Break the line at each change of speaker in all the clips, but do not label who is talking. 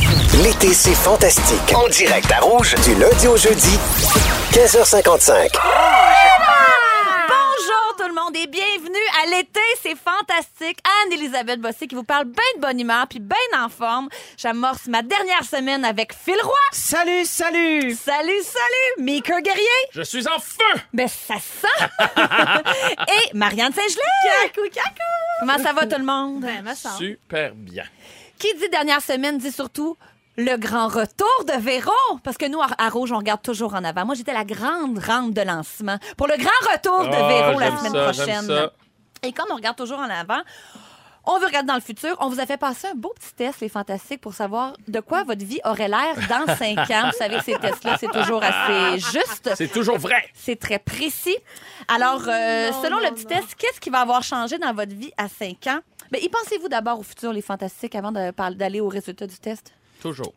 écoutez C'est fantastique. En direct à Rouge, du lundi au jeudi, 15h55.
Bonjour tout le monde et bienvenue à l'été, c'est fantastique. Anne-Élisabeth Bossé qui vous parle bien de bonne humeur puis bien en forme. J'amorce ma dernière semaine avec Phil Roy.
Salut, salut!
Salut, salut, Maker Guerrier.
Je suis en feu!
Ben ça sent. et Marianne Saint-Gelais. Coucou, Comment ça va tout le monde?
Super bien.
Qui dit dernière semaine dit surtout le grand retour de Véro. Parce que nous, à, à Rouge, on regarde toujours en avant. Moi, j'étais la grande rampe de lancement pour le grand retour de
Ah,
Véro la
j'aime
semaine
ça, j'aime
prochaine.
ça.
Et comme on regarde toujours en avant, on veut regarder dans le futur. On vous a fait passer un beau petit test, les fantastiques, pour savoir de quoi votre vie aurait l'air dans cinq ans. Vous savez que ces tests-là, c'est toujours assez juste.
C'est toujours vrai.
C'est très précis. Alors, euh, selon le petit test, qu'est-ce qui va avoir changé dans votre vie à 5 ans? Ben, y pensez-vous d'abord au futur, les fantastiques, avant de par- d'aller aux résultats du test?
Toujours.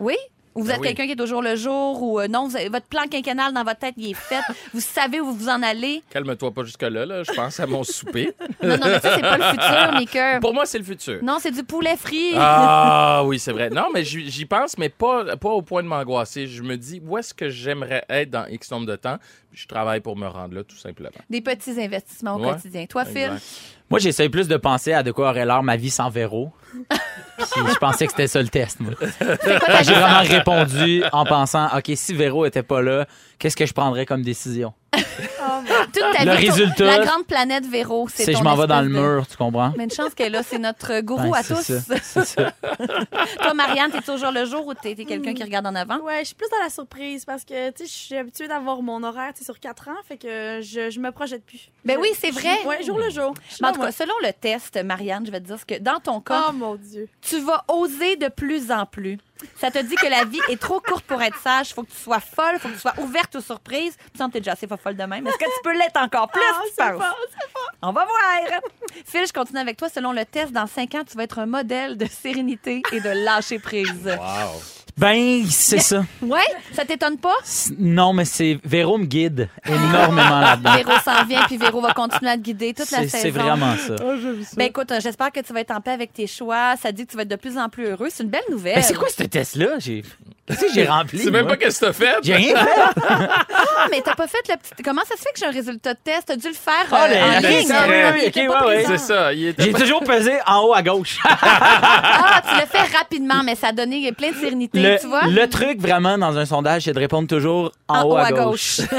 Oui? Ou vous
Ben
Ah
êtes
oui.
quelqu'un qui est au jour le jour, ou euh, non, vous avez- votre plan quinquennal dans votre tête, il est fait. vous savez où vous en allez.
Calme-toi pas jusque-là, là. je pense à mon souper.
Non, non, mais ça, c'est pas le futur, mais que...
Pour moi, c'est le futur.
Euh. Non, c'est du poulet frit.
Ah oui, c'est vrai. Non, mais j'y j'y pense, mais pas, pas au point de m'angoisser. Je me dis, où est-ce que j'aimerais être dans X nombre de temps? Puis je travaille pour me rendre là, tout simplement.
Des petits investissements au
Ouais.
quotidien. Toi, Phil?
Exact.
Moi, j'essaie plus de penser à de quoi aurait l'air ma vie sans Véro. Puis je pensais que c'était ça le test, moi. Fait que J'ai vraiment répondu en pensant, OK, si Véro était pas là, qu'est-ce que je prendrais comme décision?
Toute ta
Le
vie, ton-
résultat,
la grande planète Véro, c'est
C'est
ton
je m'en vais dans le
espèce de-
mur, tu comprends?
Mais une chance qu'elle a, c'est notre gourou
Ben,
à
c'est
tous.
ça, c'est ça.
Toi, Marianne, t'es toujours le jour où t'es t'es quelqu'un qui regarde en avant?
Ouais, je suis plus dans la surprise parce que tu sais, je suis habituée d'avoir mon horaire tu sais, sur 4 ans, fait que je, je me projette plus.
Ben
Je-
oui, c'est
je-
vrai.
Ouais, jour le jour. Je suis
Mais en
là,
tout
moi.
cas, selon le test, Marianne, je vais te dire ce que dans ton cas,
Oh mon Dieu.
tu vas oser de plus en plus. Ça te dit que la vie est trop courte pour être sage. Faut que tu sois folle, faut que tu sois ouverte aux surprises. Tu sens que t'es déjà assez pas folle de même. Est-ce que tu peux l'être encore plus,
Ah,
tu
c'est
penses?
fort.
On va voir. Phil, je continue avec toi. Selon le test, dans cinq ans, tu vas être un modèle de sérénité et de lâcher prise.
Wow.
Ben, c'est ça.
Ouais? Ça t'étonne pas?
C'est- Non, mais c'est Véro me guide énormément là-dedans.
Véro s'en vient, puis Véro va continuer à te guider toute la
Ah. C'est
saison.
c'est vraiment ça.
Ben
Hein?
écoute, euh, j'espère que tu vas être en paix avec tes choix. Ça dit que tu vas être de plus en plus heureux. C'est une belle nouvelle.
Mais Ben, c'est quoi ce test-là? J'ai- Qu'est-ce que j'ai rempli?
C'est même
moi?
pas qu'est-ce que t'as fait.
J'ai rien fait.
Ah, mais t'as pas fait le petit. Comment ça se fait que j'ai un résultat de test? T'as dû le faire
Ah,
euh,
le-
en
le
ligne.
test,
hein?
oui, oui,
Il
ok,
était
ouais,
pas
ouais.
présent.
C'est ça. Il était
J'ai
pas-
toujours pesé en haut à gauche.
Ah, tu l'as fait rapidement, mais ça a donné plein de sérénité,
Le,
tu vois?
le truc vraiment dans un sondage, c'est de répondre toujours en, haut, à gauche.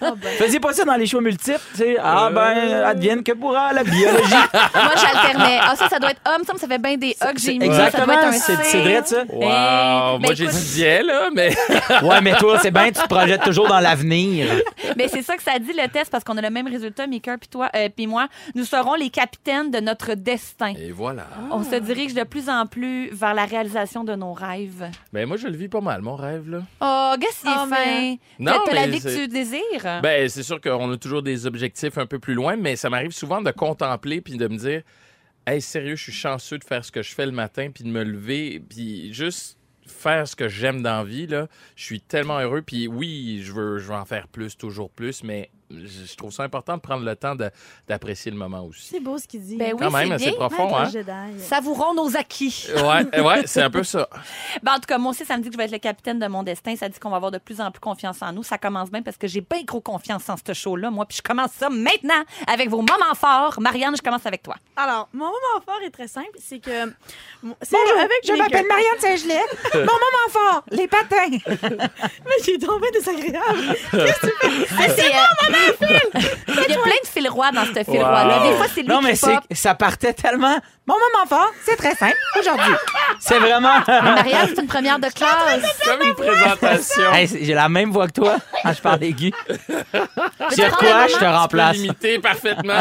Ah,
Faisiez pas ça dans les choix multiples, tu sais. Ah ben, advienne que pourra la biologie.
Moi, j'alternais. Ah, ça, ça doit être homme. Ça me ça fait bien des A que j'ai mis. Ça doit être
Exactement,
un
c'est
C.
c'est vrai de ça.
Wow.
Ben,
Moi, j'ai
écoute-
dit bien, là, mais.
Ouais, mais toi, c'est bien, tu te projettes toujours dans l'avenir.
Mais c'est ça que ça dit le test parce qu'on a le même résultat, Maker puis toi, euh, puis moi. Nous serons les capitaines de notre destin.
Et voilà.
On se dirige de plus en plus vers la réalisation de nos rêves.
Ben, moi, je le vis pas mal, mon rêve, là.
Oh, qu'est-ce qu'il est
Oh,
fin?
mais-
Non,
T'as- T'as la
mais
vie que
c'est-
tu désires?
Ben, c'est sûr qu'on a toujours des objectifs un peu plus loin, mais ça m'arrive souvent de contempler puis de me dire Hey, sérieux, je suis chanceux de faire ce que je fais le matin puis de me lever puis juste faire ce que j'aime dans la vie là, je suis tellement heureux puis oui, je veux je veux en faire plus, toujours plus, mais je je trouve ça important de prendre le temps de- d'apprécier le moment aussi.
C'est beau ce qu'il dit.
Ben oui,
Quand même,
c'est
c'est
bien.
profond hein.
Savourons nos acquis.
Ouais, eh ouais, c'est un peu ça.
Ben, en tout cas, moi aussi, ça me dit que je vais être le capitaine de mon destin. Ça dit qu'on va avoir de plus en plus confiance en nous. Ça commence bien parce que j'ai bien gros confiance en ce show-là, moi. Puis je commence ça maintenant avec vos moments forts. Marianne, je commence avec toi.
Alors, mon moment fort est très simple, c'est que Bonjour, avec
Je m'appelle Marianne Saint-Gelais. Mon moment fort, les patins.
Mais j'ai tombé désagréable.
C'est euh, Il y a plein de fils rois dans ce fil roi-là. Des fois, c'est lui
Non,
qui
mais c'est
pop.
ça partait tellement.
Mon moment fort, c'est très simple aujourd'hui.
C'est vraiment.
Mais Ah, Marianne, c'est une première de classe.
C'est Comme une présentation.
Hey, c'est- j'ai la même voix que toi quand je parle aigu. J'ai
tu
de
prends un
quoi, je te remplace.
Limité parfaitement.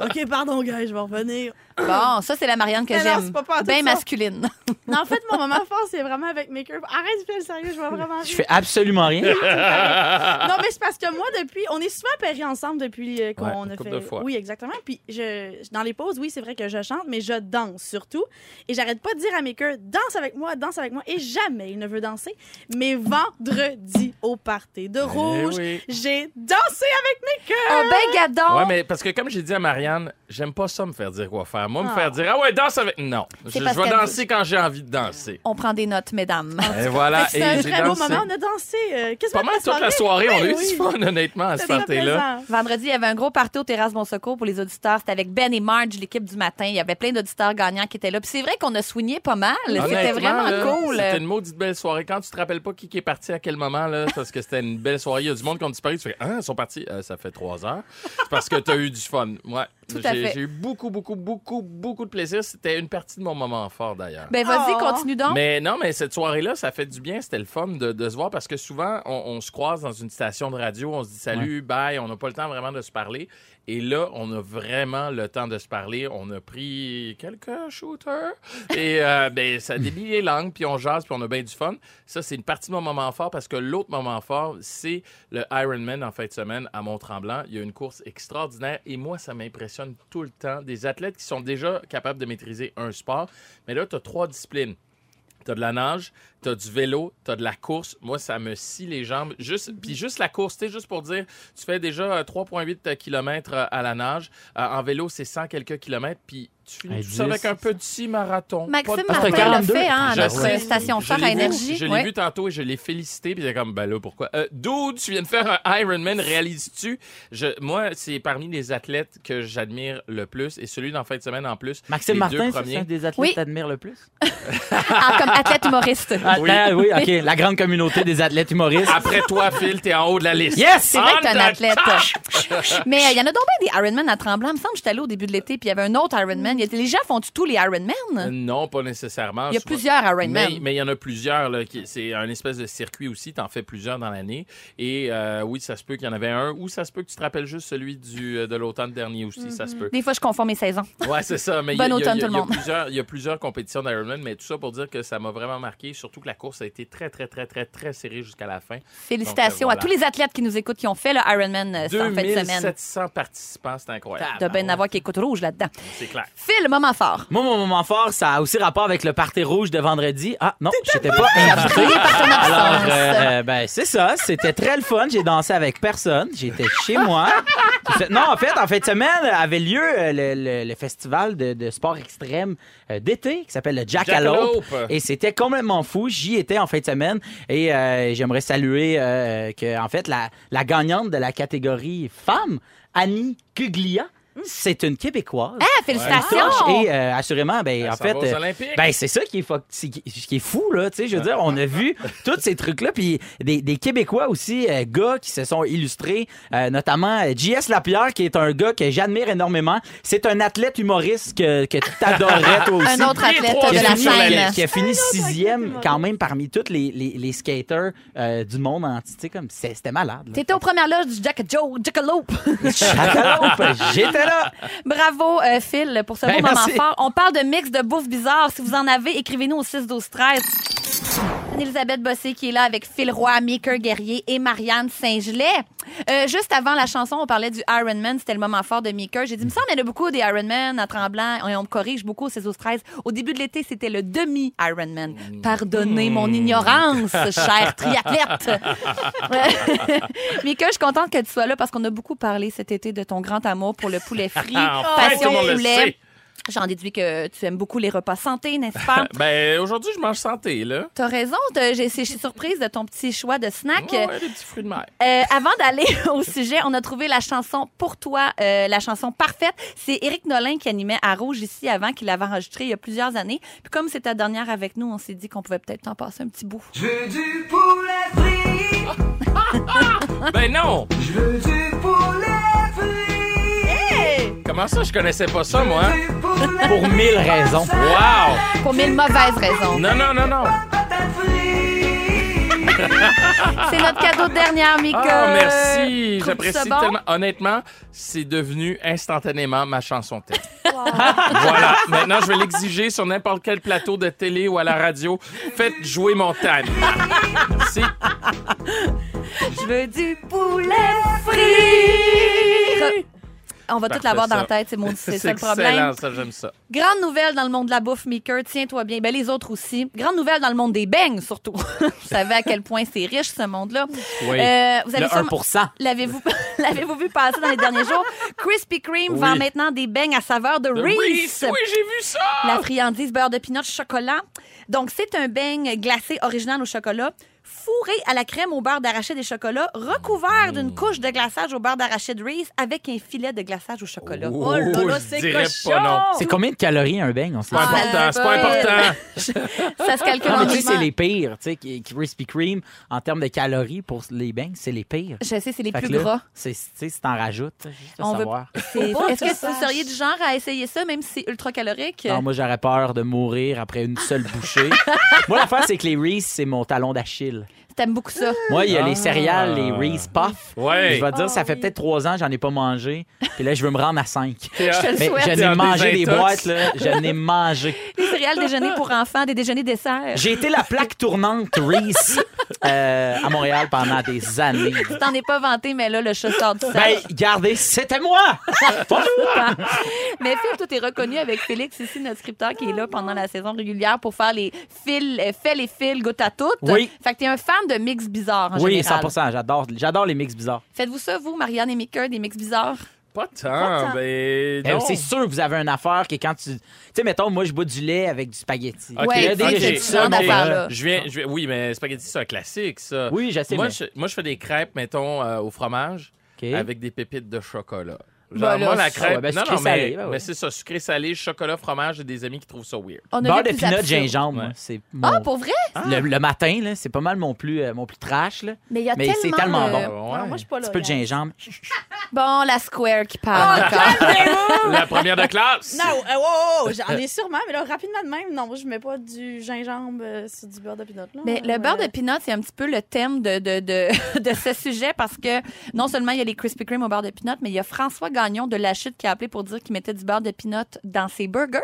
OK, pardon, gars, je vais revenir.
Bon, ça, c'est la Marianne que
Mais non,
j'aime.
c'est pas pas en tout
Bien
ça.
masculine.
Non, en fait, mon moment fort, c'est vraiment avec mes curves. Arrête, Phil, sérieux, je vais vraiment
Je
rire.
fais absolument rien.
Non, mais c'est parce que moi, depuis, on est souvent péri ensemble depuis euh,
Ouais,
qu'on
une
a
couple
fait.
de fois.
Oui, exactement. Puis je, dans les pauses, oui, c'est vrai que je chante, mais je danse surtout. Et j'arrête pas de dire à Maker, danse avec moi, danse avec moi. Et jamais il ne veut danser. Mais vendredi, au party de rouge,
Eh oui.
j'ai dansé avec Maker.
Oh, ben, gadon!
Ouais, mais parce que comme j'ai dit à Marianne, j'aime pas ça me faire dire quoi faire. Moi, me faire dire, ah ouais, danse avec. Non. Je,
C'est
je
parce
vais
qu'elle
danser quand j'ai envie de danser.
On prend des notes, mesdames.
Et voilà.
C'est un
Ah, et j'ai
très beau
dansé.
moment. On a dansé euh, quasiment
Pas mal toute la soirée, on a eu du fun, honnêtement, à ce
C'était
party-là.
là
Vendredi, il y avait un gros party au Terrasse Bon Secours pour les auditeurs. C'était avec Ben et Marge, l'équipe du matin. Il y avait plein d'auditeurs gagnants qui étaient là. Puis c'est vrai qu'on a soigné pas mal. C'était
Honnêtement,
vraiment
là,
cool.
C'était une maudite belle soirée. Quand tu te rappelles pas qui, qui est parti à quel moment, là, parce que c'était une belle soirée, il y a du monde qui ont disparu, tu fais, ah, ils sont partis, Euh, ça fait trois heures. C'est parce que tu as eu du fun. Ouais.
Tout à
J'ai
fait.
j'ai eu beaucoup, beaucoup, beaucoup, beaucoup de plaisir. C'était une partie de mon moment fort, d'ailleurs.
Ben vas-y,
Oh.
continue donc.
Mais non, mais cette soirée-là, ça fait du bien. C'était le fun de, de se voir parce que souvent, on, on se croise dans une station de radio, on se dit salut, bye, on n'a pas le temps vraiment de se parler. Et là, on a vraiment le temps de se parler. On a pris quelques shooters et euh, ben, ça déblie les langues, puis on jase, puis on a bien du fun. Ça, c'est une partie de mon moment fort parce que l'autre moment fort, c'est le Ironman en fin de semaine à Mont-Tremblant. Il y a une course extraordinaire et moi, ça m'impressionne tout le temps. Des athlètes qui sont déjà capables de maîtriser un sport, mais là, tu as trois disciplines. T'as de la nage, t'as du vélo, t'as de la course. Moi, ça me scie les jambes. Juste, puis juste la course, tu sais, juste pour dire, tu fais déjà euh, 3,8 km à la nage. Euh, en vélo, c'est 100 quelques kilomètres. Puis tu finis
Hey,
tout ça
10,
avec un petit marathon.
Maxime
Pas de-
Martin
Martin l'a
42.
fait hein, à
Je
notre
sais.
station
Je
phare
l'ai
à
vu-
énergie.
Je l'ai
Ouais.
vu tantôt et je l'ai félicité. Puis il est comme, ben là, pourquoi? Euh, Dude, tu viens de faire un Ironman, réalises-tu? Je, moi, c'est parmi les athlètes que j'admire le plus et celui d'en fin de semaine en plus.
Maxime
les
Martin,
deux
c'est
premiers.
un des athlètes
Oui.
que t'admires le plus?
Ah, comme athlète humoriste.
Ah, ah, oui, OK. La grande communauté des athlètes humoristes.
Après toi, Phil, t'es en haut de la liste.
Yes!
Ah, C'est vrai que t'es
On
un
the
athlète. Mais euh, il y en a donc bien des Ironman à Tremblant. Il me semble que j'étais allée au début de l'été, puis il y avait un autre Ironman. Il y a- Les gens font-tu tous les
Euh,
Ironman?
Non, pas nécessairement.
Hein? Il y a
Je-
plusieurs Ironman.
Mais mais il y en a plusieurs. là, qui- C'est un espèce de circuit aussi. Tu en fais plusieurs dans l'année. Et euh, oui, ça se peut qu'il y en avait un. Ou ça se peut que tu te rappelles juste celui du, euh, de l'automne dernier aussi. Ça se peut.
Des fois, je confonds mes saisons.
Ouais, c'est ça. Mais il y
Mhm. Bon
a- il y a-
automne,
il y a-
tout le
il y a
monde.
plusieurs- Il y a plusieurs compétitions d'Ironman. Mais tout ça pour dire que ça m'a vraiment marqué. Surtout que la course a été très, très, très, très, très serrée jusqu'à la fin.
Félicitations à
Donc, euh,
tous les athlètes qui nous écoutent, qui ont fait le Ironman euh, en fin de semaine.
2700 participants. C'est
Ah,
incroyable.
De
ben
bien avoir qui écoute rouge là-dedans.
C'est clair.
Phil, moment fort.
Moi, mon moment fort, ça a aussi rapport avec le party rouge de vendredi. Ah non, j'étais pas invité. Alors, euh, euh, ben, c'est ça. C'était très le fun. J'ai dansé avec personne. J'étais chez moi. J'ai fait- Non, en fait, en fin de semaine, avait lieu euh, le, le- le festival de, de sport extrême euh, d'été qui s'appelle le Jackalope.
Jackalope.
Et c'était complètement fou. J'y étais en fin de semaine. Et euh, j'aimerais saluer euh, que, en fait, la, la gagnante de la catégorie femme, Annie Cuglia, c'est une Québécoise.
Ah, félicitations!
Et euh, assurément, ben,
Elle
en
s'en
fait,
va aux
euh,
Olympiques.
ben, c'est ça qui est, fuck- c'est- qui- qui est fou, là. Tu sais, je veux dire, on a vu tous ces trucs-là. Puis des, des Québécois aussi, euh, gars qui se sont illustrés, euh, notamment euh, JS Lapierre, qui est un gars que j'admire énormément. C'est un athlète humoriste que, que t'adorais, toi aussi.
Un autre athlète
trois
de la
amis sur la
scène.
liste.
Qui a fini
athlète
sixième,
humoriste.
quand même, parmi tous les, les, les skaters euh, du monde entier. Tu sais, comme, c'est- c'était malade. là.
T'étais aux premières loges du Jack Joe, Jackalope.
Jackalope, J'étais là.
Bravo, euh, Phil, pour ce
Ben,
beau moment
merci.
fort. On parle de mix de bouffe bizarre. Si vous en avez, écrivez-nous au 6 12 13 Elisabeth Bossé qui est là avec Phil Roy, Maker Guerrier et Marianne Saint-Gelais. Euh, juste avant la chanson, on parlait du Iron Man. C'était le moment fort de Maker. J'ai dit, il me semble qu'il y en a beaucoup des Iron Man à Tremblant. Et on me corrige beaucoup au 16 12 13 Au début de l'été, c'était le demi-Iron Man. Pardonnez mon ignorance,
Mmh.
cher triathlète. Maker, je suis contente que tu sois là parce qu'on a beaucoup parlé cet été de ton grand amour pour le poulet frit.
Enfin, tout
passion
le monde le
poulet.
sait.
J'en déduis que tu aimes beaucoup les repas santé, n'est-ce pas?
Ben, aujourd'hui, je mange santé, là.
T'as raison, t'as- j'ai- je suis surprise de ton petit choix de snack.
Ouais, ouais, des petits fruits de mer.
Euh, avant d'aller au sujet, on a trouvé la chanson pour toi, euh, la chanson parfaite. C'est Éric Nolin qui animait à Rouge ici avant, qu'il l'avait enregistrée il y a plusieurs années. Puis comme c'est ta dernière avec nous, on s'est dit qu'on pouvait peut-être t'en passer un petit bout.
Je veux du poulet frit,
Ben non!
je veux du poulet frit,
Comment ça, je connaissais pas ça, moi? hein?
du poulet
Pour mille raisons.
Wow!
Pour mille mauvaises raisons.
Non, non, non, non!
patate frit.
C'est notre cadeau de dernière, Mika.
Ah, merci!
Trouves-tu
J'apprécie
ça bon?
tellement. Honnêtement, c'est devenu instantanément ma chanson thème. voilà. Maintenant, je vais l'exiger sur n'importe quel plateau de télé ou à la radio. Faites jouer mon thème. C'est
Je veux du poulet frit. On va tout
Parfait,
l'avoir dans
ça.
la tête, c'est mon c'est ça
C'est
le problème.
excellent, ça, j'aime ça.
Grande nouvelle dans le monde de la bouffe, Maker, tiens-toi bien. Ben, les autres aussi. Grande nouvelle dans le monde des beignes, surtout. vous savez à quel point c'est riche, ce monde-là.
Oui.
Euh, vous avez
Le
sûrement-
1
L'avez-vous l'avez-vous vu passer dans les derniers jours? Krispy Kreme
Oui.
vend maintenant des beignes à saveur de,
Le
Reese.
Oui, j'ai vu ça!
La friandise beurre de pinot chocolat. Donc, c'est un beigne glacé original au chocolat, fourré à la crème au beurre d'arachide et chocolat, recouvert d'une
Mm.
couche de glaçage au beurre d'arachide Reese avec un filet de glaçage au chocolat.
Oh,
Oh là là,
je
c'est
dirais
cochon!
pas non.
C'est combien de calories un beigne, on sait
C'est pas
pas?
important, c'est pas
ouais.
important.
Ça se calcule
Non,
en
Ah, mais tu sais, c'est
mouvement.
les pires. Tu sais, qui- qui- Krispy Kreme, en termes de calories pour les beignes, c'est les pires.
Je sais, c'est les
Fait que
plus
là,
gras.
c'est- tu sais, si t'en rajoutes, juste à
On veut-
savoir.
C'est- Est-ce que vous seriez du genre à essayer ça, même si c'est ultra calorique?
Non, moi, j'aurais peur de mourir après une seule bouchée. moi, l'affaire, c'est que les Reese, c'est mon talon d'Achille.
T'aimes beaucoup ça?
Moi, il y a
Ah.
les céréales, les Reese Puff.
Ouais.
Je vais te dire, ça
Oh.
fait peut-être trois ans, j'en ai pas mangé. Puis là, je veux me rendre à cinq.
Je te le
Mais
souhaite.
j'en
T'es en
ai mangé des
désintox.
boîtes, là. J'en ai mangé.
Des céréales déjeuner pour enfants, des déjeuners desserts.
J'ai été la plaque tournante Reese euh, à Montréal pendant des années.
Tu t'en es pas vanté, mais là, le chat sort du sac.
Ben, regardez, c'était moi!
Mais Phil, toi, t'es reconnu avec Félix ici, notre scripteur qui est là pendant la saison régulière pour faire les fils, euh, fait les fils, goûte à tout.
Oui.
Fait que t'es un fan de mix bizarres en
Oui,
général.
100 j'adore, j'adore les mix bizarres.
Faites-vous ça, vous, Marianne et Mika, des mix bizarres?
Pas tant, ben
Eh,
non.
C'est sûr que vous avez une affaire que quand tu. Tu sais, mettons, moi, je bois du lait avec du spaghetti.
Ok,
Ouais,
Il y a
ok,
des
c'est
gens
ce
qui
genre
aiment ça, mais-
d'affaire-là.
euh, Je viens, je viens- oui, mais spaghetti, c'est un classique, ça.
Oui, je sais,
moi,
mais-
je, moi, je fais des crêpes, mettons, euh, au fromage
OK.
avec des pépites de chocolat. Genre,
Ben là,
moi, la
ça,
crêpe.
ouais, ben,
non, non, mais,
sucré-salé, ben ouais.
mais c'est ça, sucré salé, chocolat, fromage, j'ai des amis qui trouvent ça weird.
On
Beurre
aurait
de
plus
pinot,
absurde.
gingembre, moi,
Ouais.
c'est
Ah,
mon-
pour vrai?
le, le matin, là, c'est pas mal mon plus, euh, mon plus trash. Là.
Mais il y a
Mais
tellement...
c'est tellement
euh,
bon.
Ah, Ouais.
Non, moi, je suis pas là.
Un petit peu de
regarde.
gingembre.
Bon, la square qui parle
Ah,
encore.
La première de classe!
Non, euh, oh, oh, oh, j'en ai sûrement, mais là, rapidement de même, non, moi, je mets pas du gingembre euh, sur du beurre de pinot. là.
Mais le
Euh,
beurre de pinot, c'est un petit peu le thème de, de, de, de ce sujet parce que non seulement il y a les Krispy Kreme au beurre de pinot, mais il y a François Gagnon de La Chute qui a appelé pour dire qu'il mettait du beurre de pinot dans ses burgers.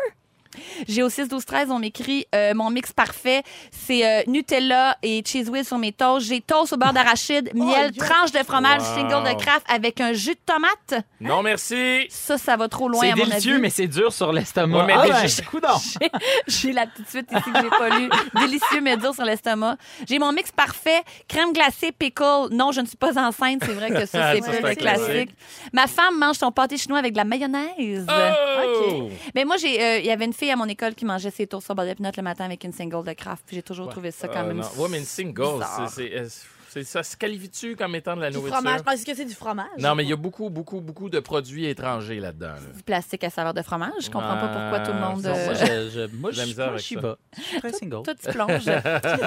J'ai au 6 12 13 on m'écrit euh, mon mix parfait, c'est euh, Nutella et cheese whiz sur mes toasts, j'ai toast au beurre d'arachide, miel,
yeah.
tranche de fromage
Wow.
single de Kraft avec un jus de tomate.
Non, merci!
Ça ça va trop loin
c'est
à mon
délicieux,
avis.
mais c'est dur sur l'estomac.
Ouais, mais
ah,
déjà-
ben, coudonc.
J'ai la petite suite ici que j'ai pas lue. Délicieux, mais dur sur l'estomac. J'ai mon mix parfait. Crème glacée, pickle. Non, je ne suis pas enceinte. C'est vrai que ça, c'est
Ça,
plus
c'est
le
un
classique.
classique.
Ma femme mange son pâté chinois avec de la mayonnaise.
Oh!
Mais moi, j'ai, euh, il y avait une fille à mon école qui mangeait ses tours sur beurre de pinot le matin avec une single de craft. J'ai toujours trouvé ça quand
Euh,
même.
non. Ouais, mais une single,
bizarre.
c'est- c'est- euh, c'est- ça se qualifie-tu comme étant de la
Du
nourriture?
fromage. Ah, Est-ce que c'est du fromage?
Non, mais il y a beaucoup, beaucoup, beaucoup de produits étrangers là-dedans. là.
Du plastique à saveur de fromage. Je comprends pas pourquoi tout le monde.
Ah,
euh,
Moi,
ça.
je, je, moi,
J'ai la
je,
misère
moi,
avec
je suis
ça.
bas. Je suis très single.
Toi, tu plonges. Vous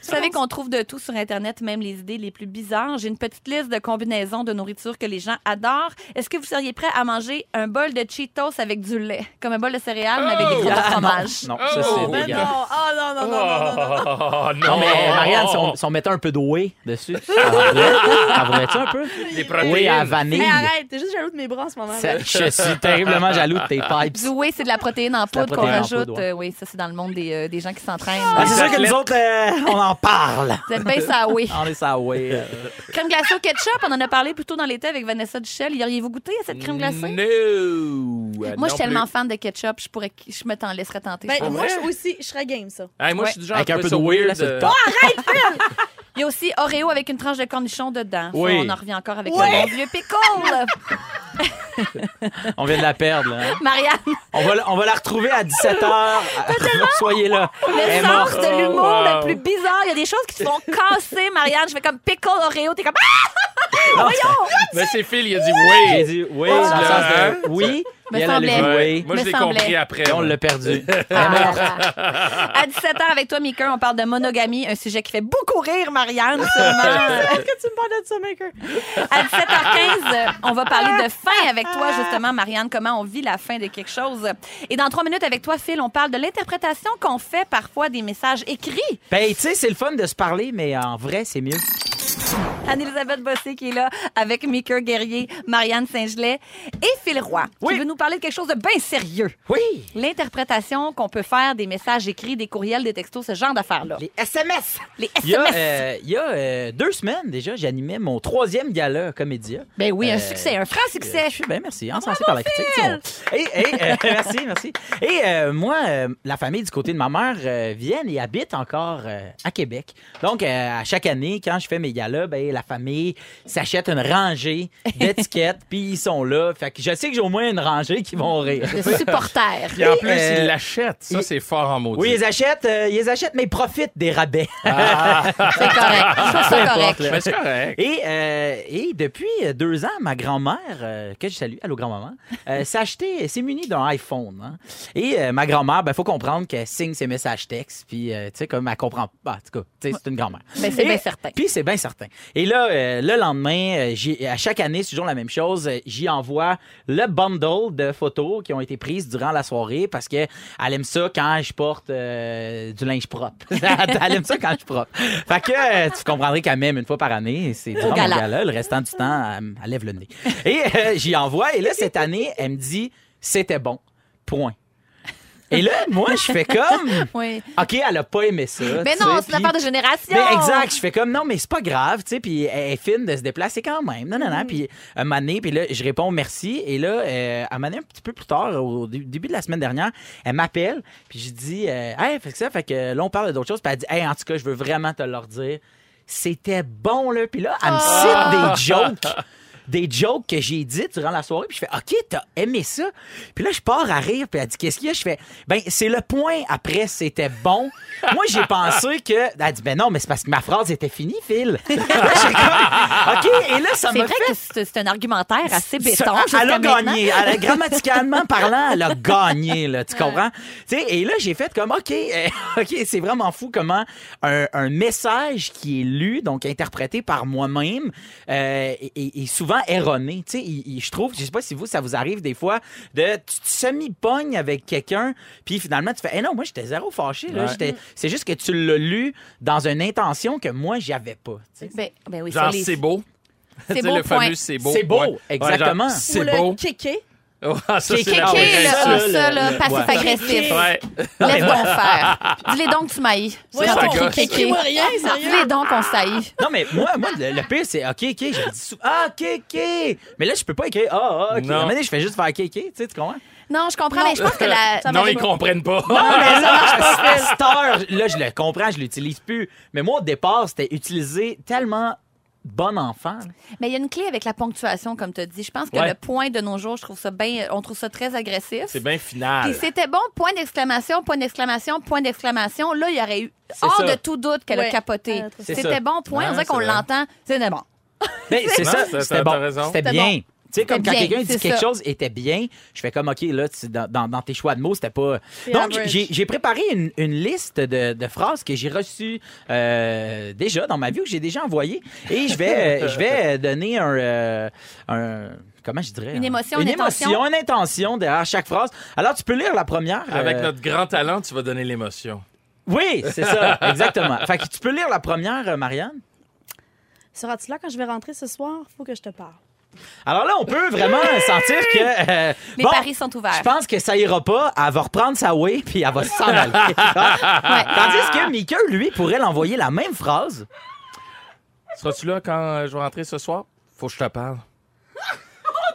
savez qu'on trouve de tout sur Internet, même les idées les plus bizarres. J'ai une petite liste de combinaisons de nourriture que les gens adorent. Est-ce que vous seriez prêt à manger un bol de Cheetos avec du lait? Comme un bol de céréales, mais avec des
Oh!
crottes de
Ah, non,
fromage.
Non, ça,
Oh,
c'est
ben
Ben non,
dégueulasse.
oh non, non, non, non, non, non.
Oh, non!
Non, mais Marianne, si on, si on mettait un peu de whey dessus, ça voudrait- ça voudrait-tu un peu?
Des
Whey à vanille.
Mais arrête, t'es juste jaloux de mes bras en ce moment.
Ça- je suis terriblement jaloux de tes pipes.
Du whey, c'est de la protéine en
de la
poudre qu'on
protéine en
rajoute.
poudre, ouais.
Euh, oui, ça, c'est dans le monde des, euh, des gens qui s'entraînent.
Ah, c'est sûr que nous autres, euh, on en parle.
Vous êtes bien ça, oui.
On est ça, whey. euh.
Crème glacée au ketchup, on en a parlé plus tôt dans l'été avec Vanessa Duchel. Y auriez-vous goûté à cette crème glacée?
No!
Moi, je suis tellement fan de ketchup, je pourrais, je me t'en laisserais tenter. je
Ben,
pense.
moi,
vrai?
je aussi, je serais game, ça.
moi, je suis du genre
Avec
à
un
trouver
peu de
ça
whey, là,
weird,
sur le
euh,
top.
Il y a aussi Oreo avec une tranche de cornichon dedans. Ça,
Oui.
on en revient encore avec
Oui.
le bon vieux pickle.
On vient de la perdre. là, hein.
Marianne,
On, va, la- on va la retrouver à 17h. Soyez là.
le
Elle est
sens
morte.
de l'humour
wow.
le plus bizarre. Il y a des choses qui te font casser, Marianne. Je fais comme pickle Oreo. T'es comme Ah!
Mais c'est Phil, il a dit oui.
J'ai dit oui, dans le
là,
sens de oui.
Oh, Me
mais elle, elle a dit
semblait.
oui.
Moi, je
Me
l'ai
semblait.
compris après.
Et on
moi.
l'a perdu.
À 17h avec toi, Mika, on parle de monogamie, un sujet qui fait beaucoup rire, Marianne, sûrement.
Est-ce que tu me parles de ça, Maker?
À 17h15, euh, on va parler de fin avec toi, justement, Marianne, comment on vit la fin de quelque chose. Et dans trois minutes avec toi, Phil, on parle de l'interprétation qu'on fait parfois des messages écrits.
Ben, tu sais, c'est le fun de se parler, mais en vrai, c'est mieux.
Anne-Elisabeth Bossé qui est là avec Mika Guerrier, Marianne Saint-Gelais et Phil Roy qui veut nous parler de quelque chose de bien sérieux.
Oui.
L'interprétation qu'on peut faire des messages écrits, des courriels, des textos, ce genre d'affaires-là.
Les SMS.
Les
Il y a,
SMS.
euh, il y a, euh, deux semaines déjà, j'animais mon troisième gala Comédia.
Ben oui, un
euh,
succès, un franc succès.
Euh, je suis bien, merci. Encensé par la critique. disons. Et, et, euh, merci, merci. Et euh, moi, euh, la famille du côté de ma mère euh, viennent et habitent encore euh, à Québec. Donc, euh, à chaque année, quand je fais mes galas, ben, la famille s'achète une rangée d'étiquettes, puis ils sont là. Fait que je sais que j'ai au moins une rangée qui vont rire.
Le supporter.
Puis en
Et,
plus,
euh,
ils l'achètent. Ça,
il-
c'est fort en maudit.
Oui, ils achètent, euh, ils achètent, mais ils profitent des rabais.
C'est correct. Je trouve ça correct.
Mais c'est correct.
Et, euh, et depuis euh, deux ans, ma grand-mère, euh, que je salue, allô grand-maman, euh, s'est acheté, s'est munie d'un iPhone. hein. Et euh, ma grand-mère, ben faut comprendre qu'elle signe ses messages textes, puis euh, tu sais comme elle comprend pas. En tout cas, tu sais, c'est une grand-mère.
Ben, c'est
Et-
bien certain.
Puis c'est bien certain. Et là, euh, le lendemain, euh, j'y- à chaque année, c'est toujours la même chose. euh, J'y envoie le bundle de photos qui ont été prises durant la soirée parce que elle aime ça quand je porte euh, du linge propre. elle aime ça quand je propre. Fait que euh, tu comprendrais qu'elle m'aime une fois par année. C'est durant mon
gala.
gala. Le restant du temps, elle, m- elle lève le nez. Et euh, j'y envoie. Et là, cette année, elle me dit c'était bon. Point. Et là, moi, je fais comme.
Oui.
OK, elle a pas aimé ça.
Mais
tu
non,
sais,
c'est une
puis-
affaire de génération.
mais exact, je fais comme non, mais c'est pas grave, tu sais, puis elle est fine de se déplacer quand même. Non, non, non. Puis euh, un moment donné, puis là, je réponds merci. Et là, euh, à un moment donné, un petit peu plus tard, au dé- début de la semaine dernière, elle m'appelle, puis je dis, euh, hey, fait que ça, fait que là, on parle d'autre chose, puis elle dit, hey, en tout cas, je veux vraiment te le redire. C'était bon, là. Puis là, elle me cite des jokes. Des jokes que j'ai dit durant la soirée, puis je fais OK, t'as aimé ça. Puis là, je pars à rire, puis elle dit Qu'est-ce qu'il y a Je fais Ben, c'est le point après, c'était bon. Moi, j'ai pensé que. Elle dit Ben non, mais c'est parce que ma phrase était finie, Phil. Là, j'ai comme, OK, et là, ça
C'est
me
vrai
fait.
que c'est c'est un argumentaire assez béton.
Ça-
jusqu'à
elle a
maintenant.
gagné. Elle a- grammaticalement parlant, elle a gagné, là, tu comprends? Tu sais, et là, j'ai fait comme, OK, euh, OK, c'est vraiment fou comment un, un message qui est lu, donc interprété par moi-même, euh, est- est est souvent erroné. Tu sais, il- il- je trouve, je sais pas si vous, ça vous arrive des fois, de tu te semi-pognes avec quelqu'un, puis finalement, tu fais, Eh non, moi, j'étais zéro fâché. là.
Ouais.
Mm.
J'étais- C'est juste que tu l'as lu dans une intention que moi, j'avais pas. tu sais.
Ben, ben oui, ça,
Genre,
les-
c'est beau.
C'est
Tu sais,
beau,
le
point.
fameux c'est beau.
C'est beau,
Ouais. Ouais,
exactement.
genre,
Ou
c'est
le
beau.
kéké.
Ah, ça,
Kéké,
c'est la
Ok,
Ouais,
vraie
là,
ça,
ça,
insulte.
là,
le-
passif-agressif.
Ouais.
Laisse donc faire. Dis-les donc que tu m'haïs.
Voyons,
ça
on
gosse.
crie
Kéké.
ou rien, sérieux.
Dis-les donc qu'on s'haït.
Non, mais moi, moi le, le pire, c'est OK, OK. Je dis souvent Ah, OK, OK. Mais là, je peux pas écrire Ah, ah, OK.
Non.
À un moment donné, je fais juste faire OK, OK. Tu sais, tu comprends?
Non, je comprends, mais je pense que la...
Non, ils comprennent pas.
Ah, Non, mais ça marche pas. À cette heure, là, je le comprends, je l'utilise plus. Mais moi, au départ, c'était utilisé tellement bon enfant.
Mais il y a une clé avec la ponctuation, comme tu as dit. Je pense que
Ouais.
le point de nos jours, je trouve ça bien, euh, on trouve ça très agressif.
C'est bien final.
Puis c'était bon, point d'exclamation, point d'exclamation, point d'exclamation. Là, il y aurait eu
C'est
hors
ça.
de tout doute qu'elle a
Ouais.
capoté.
Ah, trop
C'est
C'était
ça.
bon, point.
Ouais,
on dirait qu'on
c'est vrai.
l'entend. C'était bon.
Ben, c'est
Non,
ça,
t'as-
c'était
t'as
bon.
raison.
C'était
C'était
bien. Tu sais, comme
C'était
quand
bien,
quelqu'un dit
c'est
quelque
ça.
chose était bien, je fais comme, OK, là, tu- dans, dans- dans tes choix de mots, c'était pas.
C'est
Donc,
average.
j'ai j'ai préparé une, une liste de, de phrases que j'ai reçues euh, déjà dans ma vie ou que j'ai déjà envoyées. Et je vais, euh, je vais euh, donner un. euh, un- comment je dirais?
Une
hein?
émotion,
une
une intention.
émotion, une intention derrière chaque phrase. Alors, tu peux lire la première.
Avec
euh,
notre grand talent, tu vas donner l'émotion.
Oui, c'est ça, exactement. Fait que tu peux lire la première, euh, Marianne.
Seras-tu là quand je vais rentrer ce soir? Faut que je te parle.
Alors là, on peut vraiment sentir que. euh,
Les
bon,
paris sont
Je
ouverts.
pense que ça ira pas. Elle va reprendre sa way puis elle va s'en aller. Ah, Tandis que Mika, lui, pourrait l'envoyer la même phrase.
Seras-tu là quand euh, je vais rentrer ce soir? Faut que je te parle.